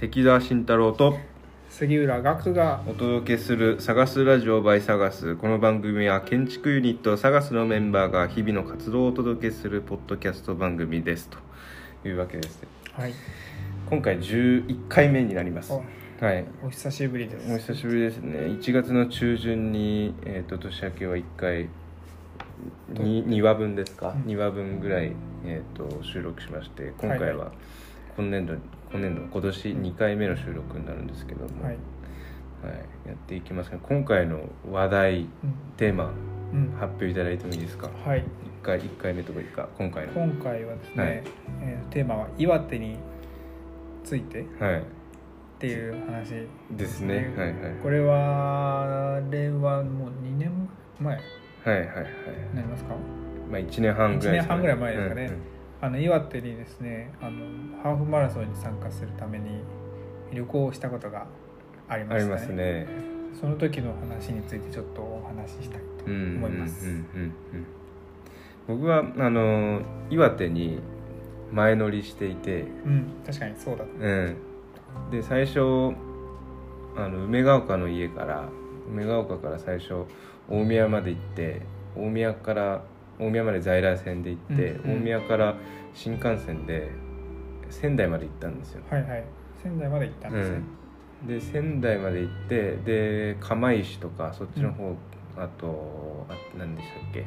関澤慎太郎と杉浦岳がお届けする「探すラジオ by 探す」この番組は建築ユニット探すのメンバーが日々の活動をお届けするポッドキャスト番組ですというわけですはい今回11回目になりますおはいお久しぶりでおす久しぶりですね1月の中旬に、えー、と年明けは1回に2話分ですか、うん2話分ぐらい、えー、と収録しまして今回は今年度今年度今年2回目の収録になるんですけども、ははいい、やっていきますが今回の話題うんテーマうん発表いただいてもいいですかはい1回一回目とかいいか今回の今回はですね、はいえーテーマは岩手についてっはいていう話ですですねはいはいこれはあれはもう2年前はいはいはいになりますかまあ1年半ぐらい一年半ぐらい前ですかねうんうんあの岩手にですねあのハーフマラソンに参加するために旅行をしたことがありまありしたまねすねその時の話についてちょっとお話ししたいと思います、うんうんうんうん僕はあの岩手に前乗りしていて、うん、確かにそうだった。うん、で最初あの梅ヶ丘の家から梅ヶ丘から最初大宮まで行って大宮から大宮まで在来線で行って、うんうん大宮から新幹線で仙台まで行ったんですよ。はいはい。仙台まで行ったんですね。うん、で仙台まで行ってで釜石とかそっちの方、あとあ何でしたっけ、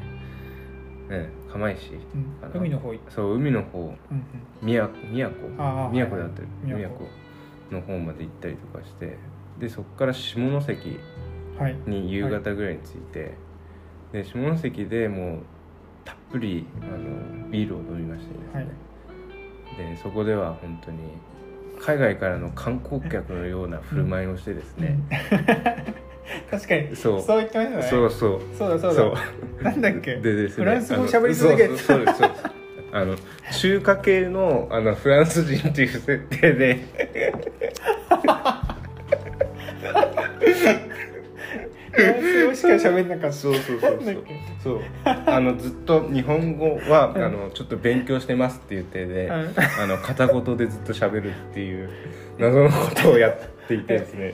うん、釜石うんあの海の方行っそう海の方うん宮宮古うん。ああ。宮古であってる宮はい宮古古の方まで行ったりとかしてでそこから下関はい。はい。に夕方ぐらいに着いて、で下関でもうたっぷりあのビールを飲みましてですね、でそこでは本当に海外からの観光客のような振る舞いをしてですね、うん。 確かに。そうそう言ってましたね。そうそうそうだそそううだ。なんだっけ。でですねフランス語喋り続けあてのそうそうそうですそうですあの中華系のあのフランス人っていう設定でフランス語しか喋んなかった。そうそうそうなそんだうっけそうあのずっと日本語はあのちょっと勉強してますっていう体で、うんあの片言でずっと喋るっていう謎のことをやっていてですね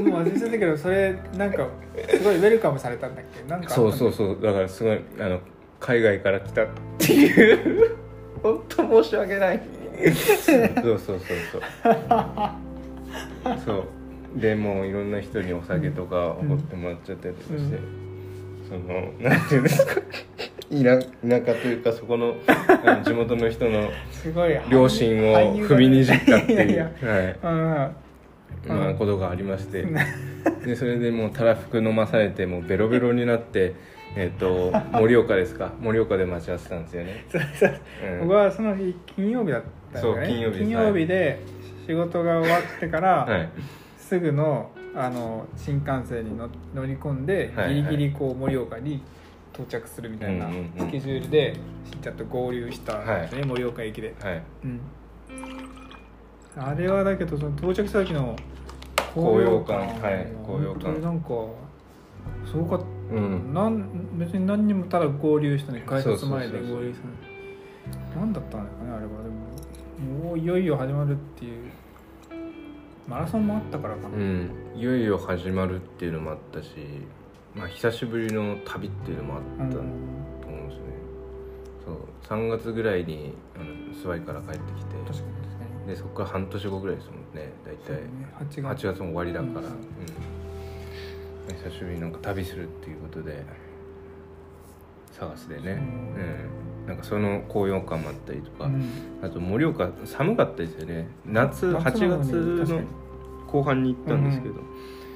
もう忘れちゃったけど、それなんかすごいウェルカムされたんだっけ。なんか。。そうそううそうだからすごいあの海外から来たっていう本当申し訳ないそうそうそうそうそうでもういろんな人にお酒とかおごってもらっちゃったりとかして、そのなんていうんですか田田舎というかそこのあの地元の人のすごい。両親を俳優だ踏みにじったっていやいいうやはいうん。まあ、うんことがありましてうんでそれでもうたらふく飲まされてもうベロベロになってえっ、と 盛岡ですか盛岡で待ち合わせたんですよね、 そうそう。うん僕はその日金曜日だったよそうね金曜日です金曜日で仕事が終わってから、はい、すぐのあの新幹線に乗乗り込んで、はいはいギリギリこう盛岡に到着するみたいなうんうんうんスケジュールで、しんちゃんと合流したんですね、盛岡駅で、はい、うん、あれはだけどその到着した時の高揚感高揚はい高揚感本当になんかすごかったうん、なん別に何にもただ合流したね改そう札そうそう前で合流したね何だったのかねあれはでももういよいよ始まるっていうマラソンもあったからかな、うん、いよいよ始まるっていうのもあったしまあ久しぶりの旅っていうのもあったと思うんうんですね、そう3月ぐらいにあの諏訪から帰ってきて確かに確かにでそこから半年後ぐらいですもんね大そ体うね8 8月月も終わりだから、うんうん久しぶりになんか旅するっていうことで探すでね、うん、なんかその高揚感もあったりとか、うんあと盛岡寒かったですよね夏夏な8のに月確かの後半に行ったんですけど、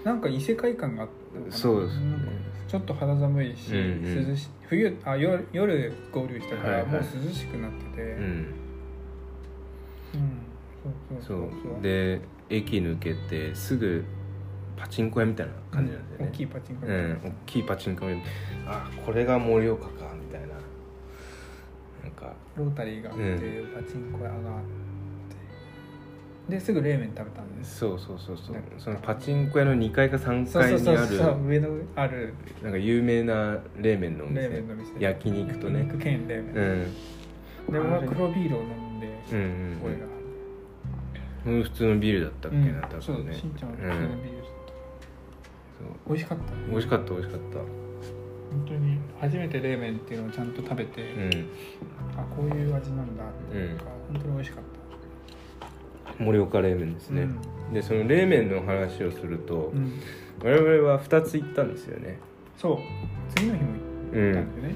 なんか異世界感があったのかなそうですねなんかちょっと肌寒いし、うんうん涼しい冬あ夜夜合流したはかいらはいもう涼しくなってうて、うんん、そうそそううそうで駅抜けてすぐパチンコ屋みたいな感じなんですようんね大、きいパチンコう、みたいなん大きいパチンコ屋みたいなあこれが盛岡かみたいななんかロータリーがあって、パチンコ屋があってですぐ冷麺食べたんですそうそうそうそうなんかそのパチンコ屋の2階か3そう階そうにそうあそうる上のあるなんか有名な冷麺のお冷店麺の店焼肉とね肉兼冷う麺、んで俺は黒ビールを飲んで、うんうん俺がうん普通のビールだったっけな、多そう分ねしんちゃんは普う通のんビールだった、そう美味しかった美味しかった美味しかった本当に初めて冷麺っていうのをちゃんと食べて、うんあこういう味なんだっていうか、本当に美味しかった盛岡冷麺ですね、うんでその冷麺の話をすると、うん我々は2つ行ったんですよねそう次の日もう行ったんんだよね、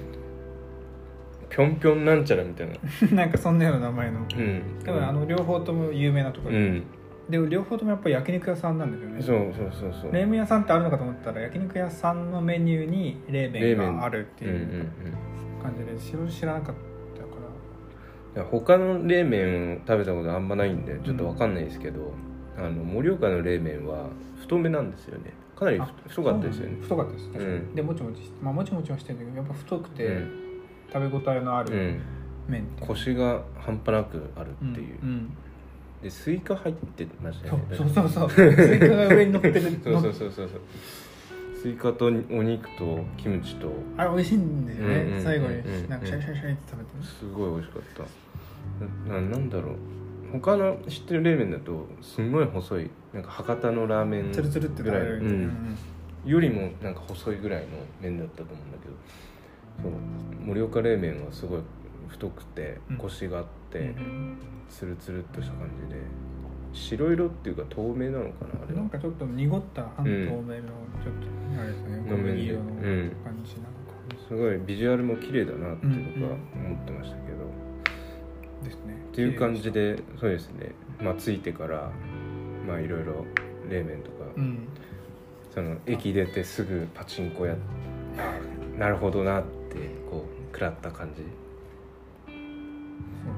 ぴょんぴょんなんちゃらみたいな なんかそんなような名前の うん多分あの両方とも有名なとこうろ、んで両方ともやっぱり焼肉屋さんなんだけどねそうそうそうそう冷麺屋さんってあるのかと思ったら焼肉屋さんのメニューに冷麺があるってうんいうんううん感じでそれを知らなかったからいや他の冷麺を食べたことあんまないんでちょっとわかんないですけど、あの盛岡の冷麺は太めなんですよねかなりあ太かったですよね太かったです確かに、うんでもちもちしてまあもちもちはしてるんだけどやっぱ太くて、うん食べ応えのあうるん、麺って、コシが半端なくあるうんっていう、んでスイカ入ってましたよねそうそうそうそうスイカが上に乗ってる そうそうのそうそうそうスイカとお肉とキムチとあれ美味しいんだよね、うんうんうんうん最後になんかシャリシャリシャリって食べてますすごい美味しかったなななんだろう他の知ってる冷麺だとすんごい細いなんか博多のラーメンつるつるって食べれるぐみらいたいな、ううんんよりもなんか細いぐらいの麺だったと思うんだけどそう盛岡冷麺はすごい太くてうんコシがあって、うんツルツルっとした感じで白色っていうか透明なのかなあれなはんかちょっと濁った半透明のちょっとあれですね小麦色のうん感じなのかすごいビジュアルも綺麗だなって僕は思ってましたけど、ですねっっていう感じでそうですねまあ着いてからまあいろいろ冷麺とか、うんその駅出てすぐパチンコやあーなるほどなってこう食らった感じ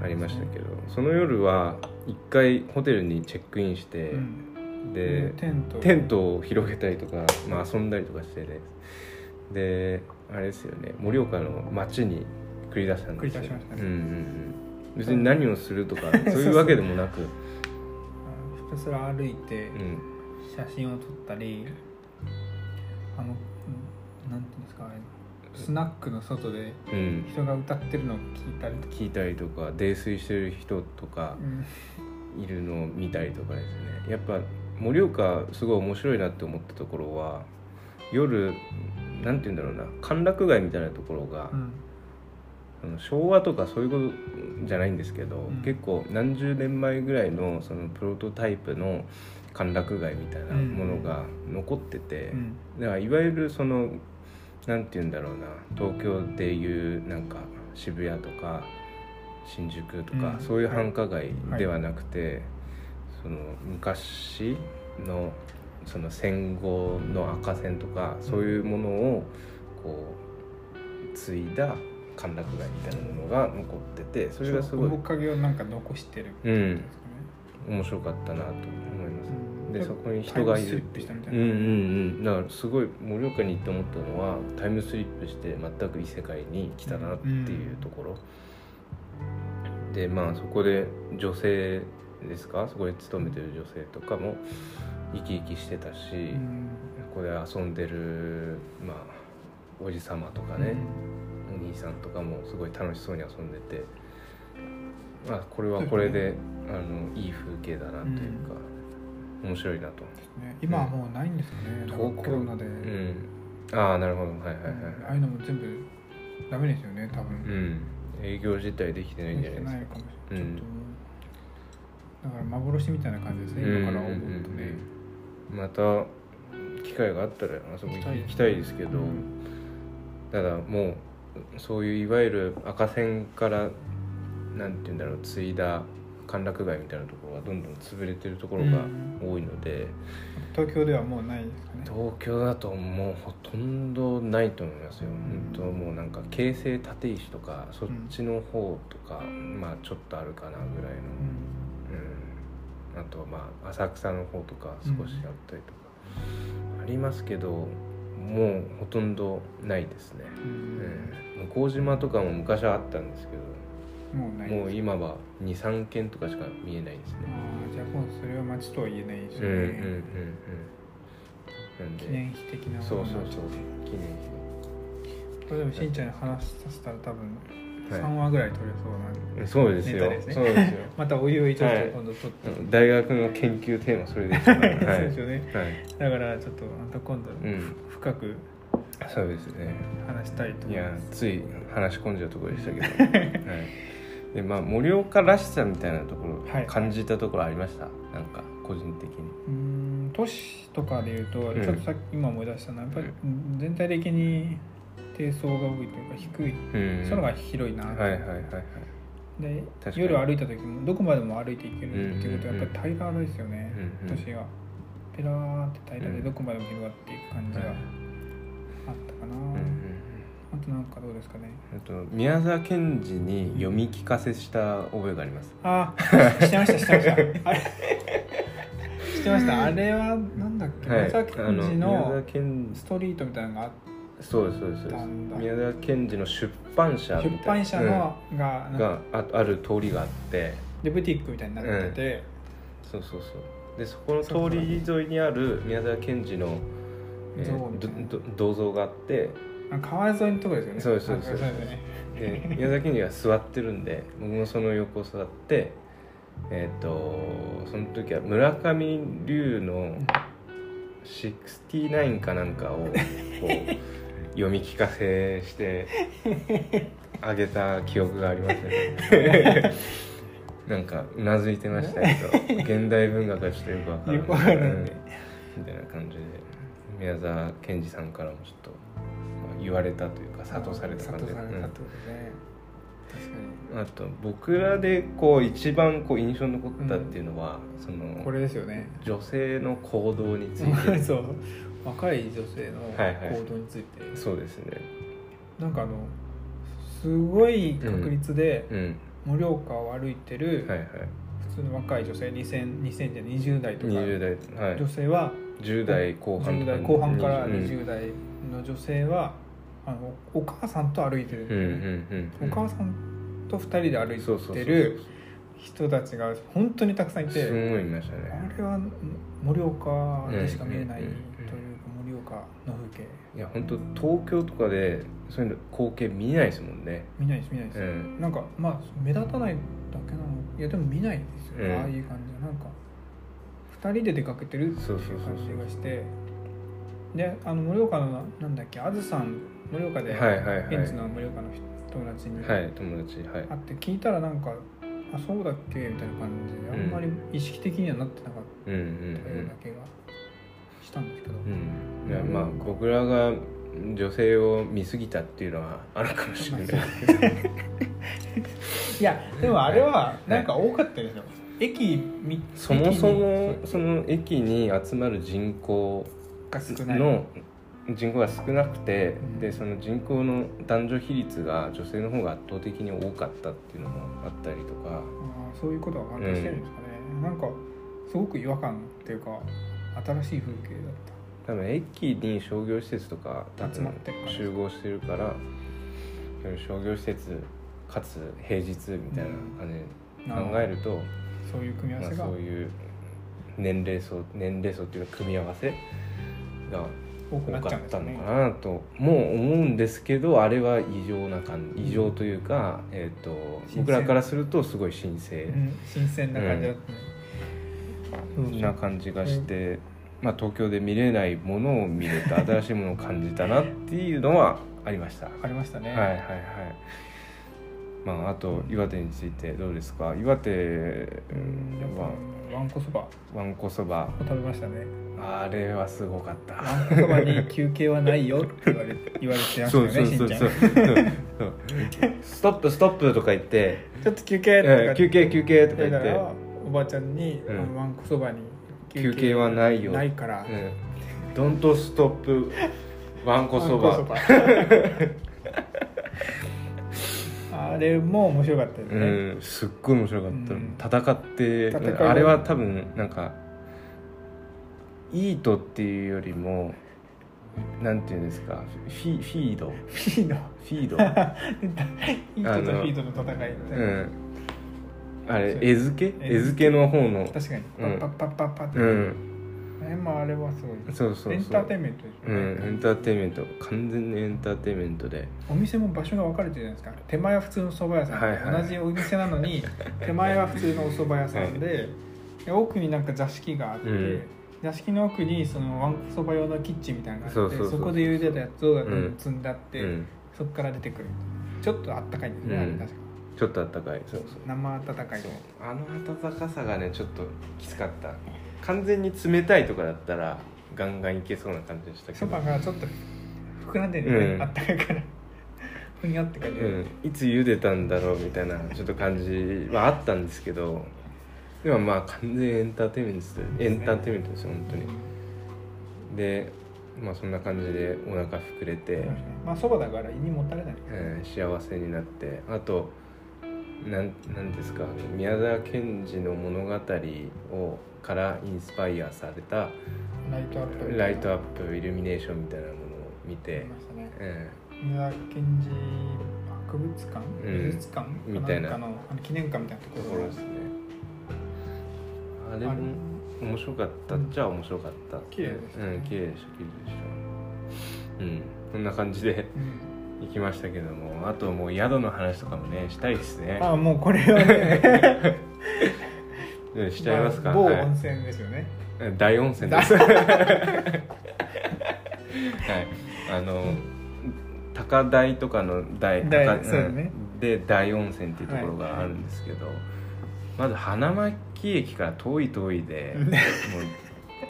ありましたけどその夜は一回ホテルにチェックインして、うんでテントテントを広げたりとか、まあ、遊んだりとかしてねであれですよね盛岡の街に繰り出したんですよ繰り出しましたねうんうんうん、別に何をするとかそういうわけでも なくうあひたすら歩いてん写真を撮ったりあのうんなんていうんですかあれスナックの外でうん、人が歌ってるのを聞いたりとか、聞いたりとか泥酔してる人とかうんいるのを見たりとかですねやっぱ盛岡すごい面白いなって思ったところは夜なんて言うんだろうな歓楽街みたいなところが、うんあの昭和とかそういうことじゃないんですけど、うん結構何十年前ぐらいのそのプロトタイプの歓楽街みたいなものが残ってて、うんだからいわゆるそのなんて言うんだろうな東京でいうなんか渋谷とか新宿とか、うんそういう繁華街ではなくて、その昔のその戦後の赤線とかそういうものをこう継いだ歓楽街みたいなものが残っててそれがすごい面影をなんか残してるううんですかね面白かったなと思います。うんでそこに人がいるっていうタイムスリップしたみたういんなうんうんだからすごい盛岡に行って思ったのはタイムスリップして全く異世界に来たなっていうところ、でまあそこで女性ですかそこで勤めてる女性とかも生き生きしてたし、うんここで遊んでるまあおじ様とかね、お兄さんとかもすごい楽しそうに遊んでて、まあ、これはこれで、あのいい風景だなというか、面白いなと。ね今はもうないんですかね、東なんか京コロナで、うん、ああなるほどはいはいはうんあいあはいいうのも全部ダメですよね多う分、ん営業自体できてないんじゃないですなかいかもしうれない、んちょっとだから幻みたいな感じですね今から思うとね、うんまた機会があったら遊びに行きたいですけど、うんただもうそういういわゆる赤線からなんて言うんだろう継いだ歓楽街みたいなところがどんどん潰れてるところが多いので、東京ではもうないですかね東京だともうほとんどないと思いますよ、ん本当もうなんか京成立石とかそっちの方とか、まあちょっとあるかなぐらいの、うん、あとはまあ浅草の方とか少しあったりとか、ありますけどもうほとんどないですね、うんうんうん、向島とかも昔はあったんですけもうないどもでうす今は23軒とかしか見えないですねあーじゃあもうそれは町とは言えないでうんすようんうんね、うんなんで記念碑的なものそうにそうなっちそゃう記念碑例えばしんちゃんに話させたら多分はい3話ぐらい取れそうなんで、そうですよネタですねそうですよまたおいおいちょっはいと今度取って、うん大学の研究テーマそれですよ ねはそういですよねはいだからちょっとまた今度、ん深くそうですね話したいとい思いやますつい話し込んじゃうところでした けど、はい、でまあ盛岡らしさみたいなところ、はい感じたところありましたなんか個人的にうーん都市とかでいうとうんちょっとさっき今思い出したのはやっぱり全体的に低層が多いというか低いうん空が広いな、はいはいはいはいで確かに夜歩いた時もどこまでも歩いていけるっていうことはやっぱり平らですよね、うんうん都市がペラーって平らうでんどこまでも広がっていく感じがあはいったかな、うんうんあとなんかどうですかねあと宮沢賢治に読み聞かせした覚えがありますあしてましたしてましたあれしてましたあれはなんだっけ、はい宮沢賢治あ宮沢の賢ストリートみたいなのがあってそうですそうですそうでなすんだ宮沢賢治の出版社みたいな出版社の、がうんがあある通りがあってでブティックみたいになってて、そうそうそうでそこの通り沿いにある宮沢賢治の、え像ーみたいなどど銅像があってあの川沿いのとこですよねそうですそうですあそうですねで宮沢賢治が座ってるんで僕もその横座ってえっ、とその時は村上龍の「69」かなんか をこう読み聞かせしてあげた記憶がありますねなんかうなずいてましたけど現代文学はちょっとよくわからないよくわからないうんみたいな感じで宮沢賢治さんからもちょっとまあ言われたというか諭された感じ諭でされうんたってことね、あと僕らでこう一番こう印象に残ったっていうのは、そ確かのにこれですよね女性の行動について そう若い女性のはいはい行動について、そうですねなんかあのすごい確率でうん盛岡を歩いてるはいはい普通の若い女性2000 2000じゃない20代とか20代、はい、女性は10代後半10とか代後半からうん20代の女性はあのお母さんと歩いてるんうんですようね、んうんうんお母さんと2人で歩そうそうそういそうてる人たちが本当にたくさんいてすごいいましたねあれは盛岡でしか見えないうんとういんうか盛岡の風景いや本当東京とかでそういうの光景見ないですもんね見ないです見ないでうす、んなんかまあ目立たないだけなのいやでも見ないですよ、うんああいう感じはなんか2人で出かけてるっていうそうそうそう感そうじがしてであの盛岡のなんだっけあずさん盛岡ではいはいはい現地の盛岡の人友達には会い友達はいって聞いたらなんか「あそうだっけ?」みたいな感じであんまり意識的にはなってなかっうんうんたような気がしたんですけど、うんうんいやまあ僕らが女性を見すぎたっていうのはあるかもしれないですけどいやでもあれはなんか多かったですよ、駅み そもそも駅にその駅に集まる人口が少ないの人口が少なくて、うんでその人口の男女比率が女性の方が圧倒的に多かったっていうのもあったりとかあーそういうことが関係してるんですかね、なんかすごく違和感っていうか新しい風景だった多分駅に商業施設とか多集ま分ってるから集合してるからそういう商業施設かつ平日みたいな感じで考えると、そういう組み合わまあ、せがそういう年齢層年齢層っていうか組み合わせが多く多なっちかゃうんっですたよのねかなともう思うんですけどあれは異常な感じ異常というか、えー、と新鮮僕らからするとすごい神聖うん新鮮な感じだったね、うんな感じがして、まあ、東京で見れないものを見れた新しいものを感じたなっていうのはありました。はありましたね、いはいはいまあ、あと岩手についてどうですか岩手うんやっはぱわんこそばをわんこそば食べました ねあれはすごかったわんこそばに休憩はないよって言われて言われてましたそようねそうそうしんそうちそうストップストップとか言ってゃんちょっと休憩とかえー休憩休憩とか言だかって、らおばあちゃんに、うんあのわんこそばに休憩はないよないから、うん、ドントストップわんこそわんばこ そばあれも面白かったですうね、んすっごい面白かうんった、戦って戦いあれは多分なんかイートっていうよりもなんていうんですかフィフィードフフィーィードド、イートとフィードの戦いみたいな、うん、あれ餌付け餌付けの方の確かにパうんッパッパッパッパッって、うんの辺もあれはすごいそうそうそうエンターテインメントですうよね、んエンターテインメント完全にエンターテインメントでお店も場所が分かれてるじゃないですか手前は普通の蕎麦屋さん、はいはい同じお店なの に手前は普通のお蕎麦屋さんで,、で奥になんか座敷があって、うん座敷の奥にそのわんこそば用のキッチンみたいなのがあってそうそうそうこで茹でたやつをどんどうんん積んであって、うん、そこから出てくるちょっとあったかいんですね、あれうん確かちょっとあったかいそうそう生温かいそうあの暖かさがねちょっときつかった完全に冷たいとかだったらガンガンいけそうな感じでしたけそどば、がちょっと膨らんでるんですね、うんあったかいからふにゃって感じ、うん、いつ茹でたんだろうみたいなちょっと感じはあったんですけどでもまあ完全エンターテインメントですエンターテインメントですよ本当にでまあそんな感じでお腹膨れて、まあそばだから胃にもたれない、えー幸せになってあとなんなんですか宮沢賢治の物語をからインスパイアされたライトアップライトアッププイルミネーションみたいなものを見て、え宮沢賢治博物館、うん美術館かみたいなんかのあの記念館みたいなとー、とこころろですねああれも面白かったっちゃ面白かった綺麗でしたねうん綺麗でした綺麗でしたうんそんな感じで うん行きましたけどもあともう宿の話とかもねしたいですねあもうこれはねうん しちゃいますか、某はい温泉ですよね、大温泉です。はい、あの高台とかの台台高そうだねんで大温泉っていうところがあるんですけど、まず花巻駅から遠い遠いで、うもんう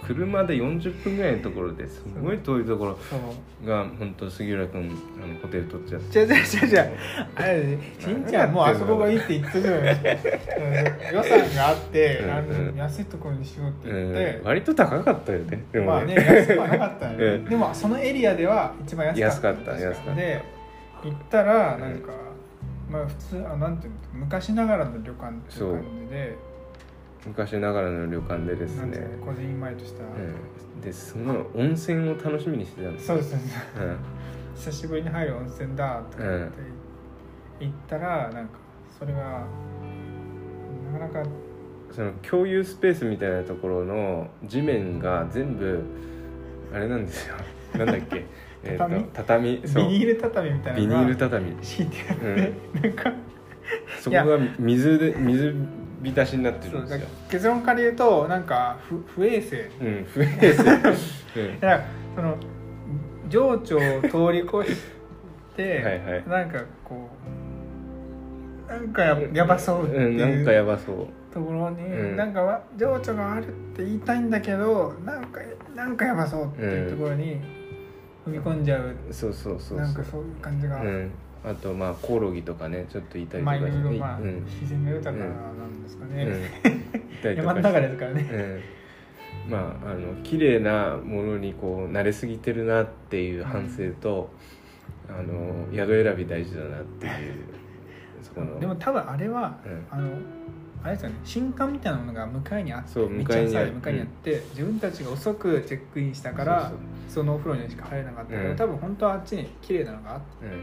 車で40分ぐらいのところですごい遠いところそうが本当杉浦君あのホテル取っちゃって。じゃじゃじゃじゃあれねしんちゃんもうあそこがいいって言ってたじゃないですかうん予算があって、うんあのうん安いところにしようってう言って、ん、割と高かったよね。でまもあねね、安くはなかったね、うんでもそのエリアでは一番安かった安かった確安かったで行ったらなんか、まあ普通あなんていうの昔ながらの旅館っていう感じで昔ながらの旅館でですなんてねい。うのこじんまりとした、うんでその温泉を楽しみにしてたんですそうよ、ですそうですうん、久しぶりに入る温泉だとか言って行ったらなんかそれがなかなかその共有スペースみたいなところの地面が全部あれなん ですよなんだっけえーと畳そうビニール畳みたいビなニーのがル畳敷いてあって、なんかそこが水で水浸しになってるんですよ結論から言うとなんか不不衛生うん不衛生、うん だからその情緒を通り越して はいはいなんかこうなんかややばそうってん、ないんかうやばそうところに、うんなんかわ情緒があるって言いたいんだけどなんかなんかやばそうっていうところに踏み込んじゃう、そうそうそうなんそかうそういう感じが、うん、あとまあコオロギとかねちょっといたりとまあかいろいろまあ、うん自然が豊かなんですかうね、ん、い たりと山かのして中ですからね、ええまああの綺麗なものにこう慣れすぎてるなっていう反省と、あの宿選び大事だなっていうそこのでも多分あれは、うんあのあれですよね新館みたいなものが向かいにあってそう向道かいにのあ際るに向かいにあって、自分たちが遅くチェックインしたからそうそのお風呂にしか入れなかったから、うん多分本当はあっちに綺麗なのがあっそううん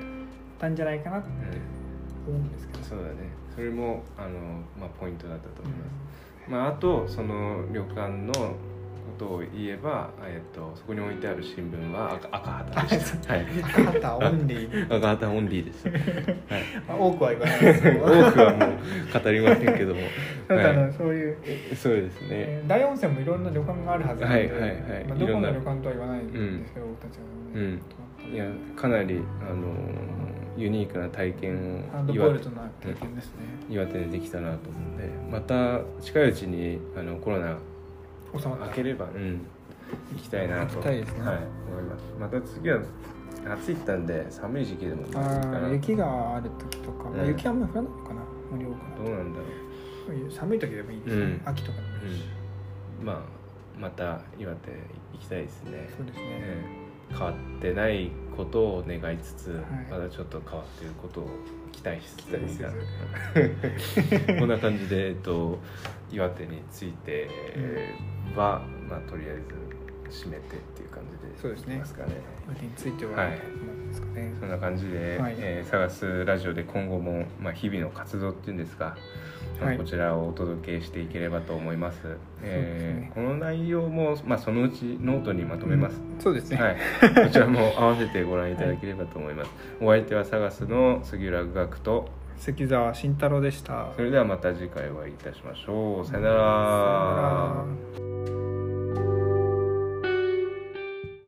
たんじゃないかなとう思うんですけどん、、そうだねそれもあの、まあ、ポイントだったと思います、まあ、あとその旅館のことを言えば、えっと、そこに置いてある新聞は赤赤旗で した、はい、うん肩オンリー、赤旗オンリーです、はい、 まあ、多くは言わないですけ ど多くはもう語りませんけどもただあのはそういう、い、そうですね、えー大温泉もいろんな旅館があるはずなんで、はいはいはいまあ、どこいろんのな旅館とは言わないんですけど、僕たちは、うんいやかなり、あのーユニークな体験ハンをドボ岩ールとの経験ですね、岩手でできたなと思うんでまた近いうちにあのコロナ収まっ明たければ、うん、行きたいなと行きたいですねはい、思いますまた次は暑いったんで寒い時期でもいいかあなー雪がある時とか、まあうん雪はあんまり降らないのかな盛岡どうなんだろう、の寒い時でもいいですね、うん秋とかでもいいし、うん、まあまた岩手行きたいですね、そうですね、ええ変わってないことを願いつつ、いまだちょっと変わっていることを期待しつつ期待しつつ こんな感じで、えっと、岩手については、まあ、とりあえず締めてっていう感じでそうですねいきますかね。これについては、はいまあですかねそんな感じで、はいえー探すラジオで今後も、まあ、日々の活動っていうんですか、まあはいこちらをお届けしていければと思います。えーそうですねこの内容も、まあ、そのうちノートにまとめます。うんそうですねはい、こちらも合わせてご覧いただければと思います。お相手は探すの杉浦学学と、関澤慎太郎でしたそれではまた次回お会いいたしましょう。さよなさよならら。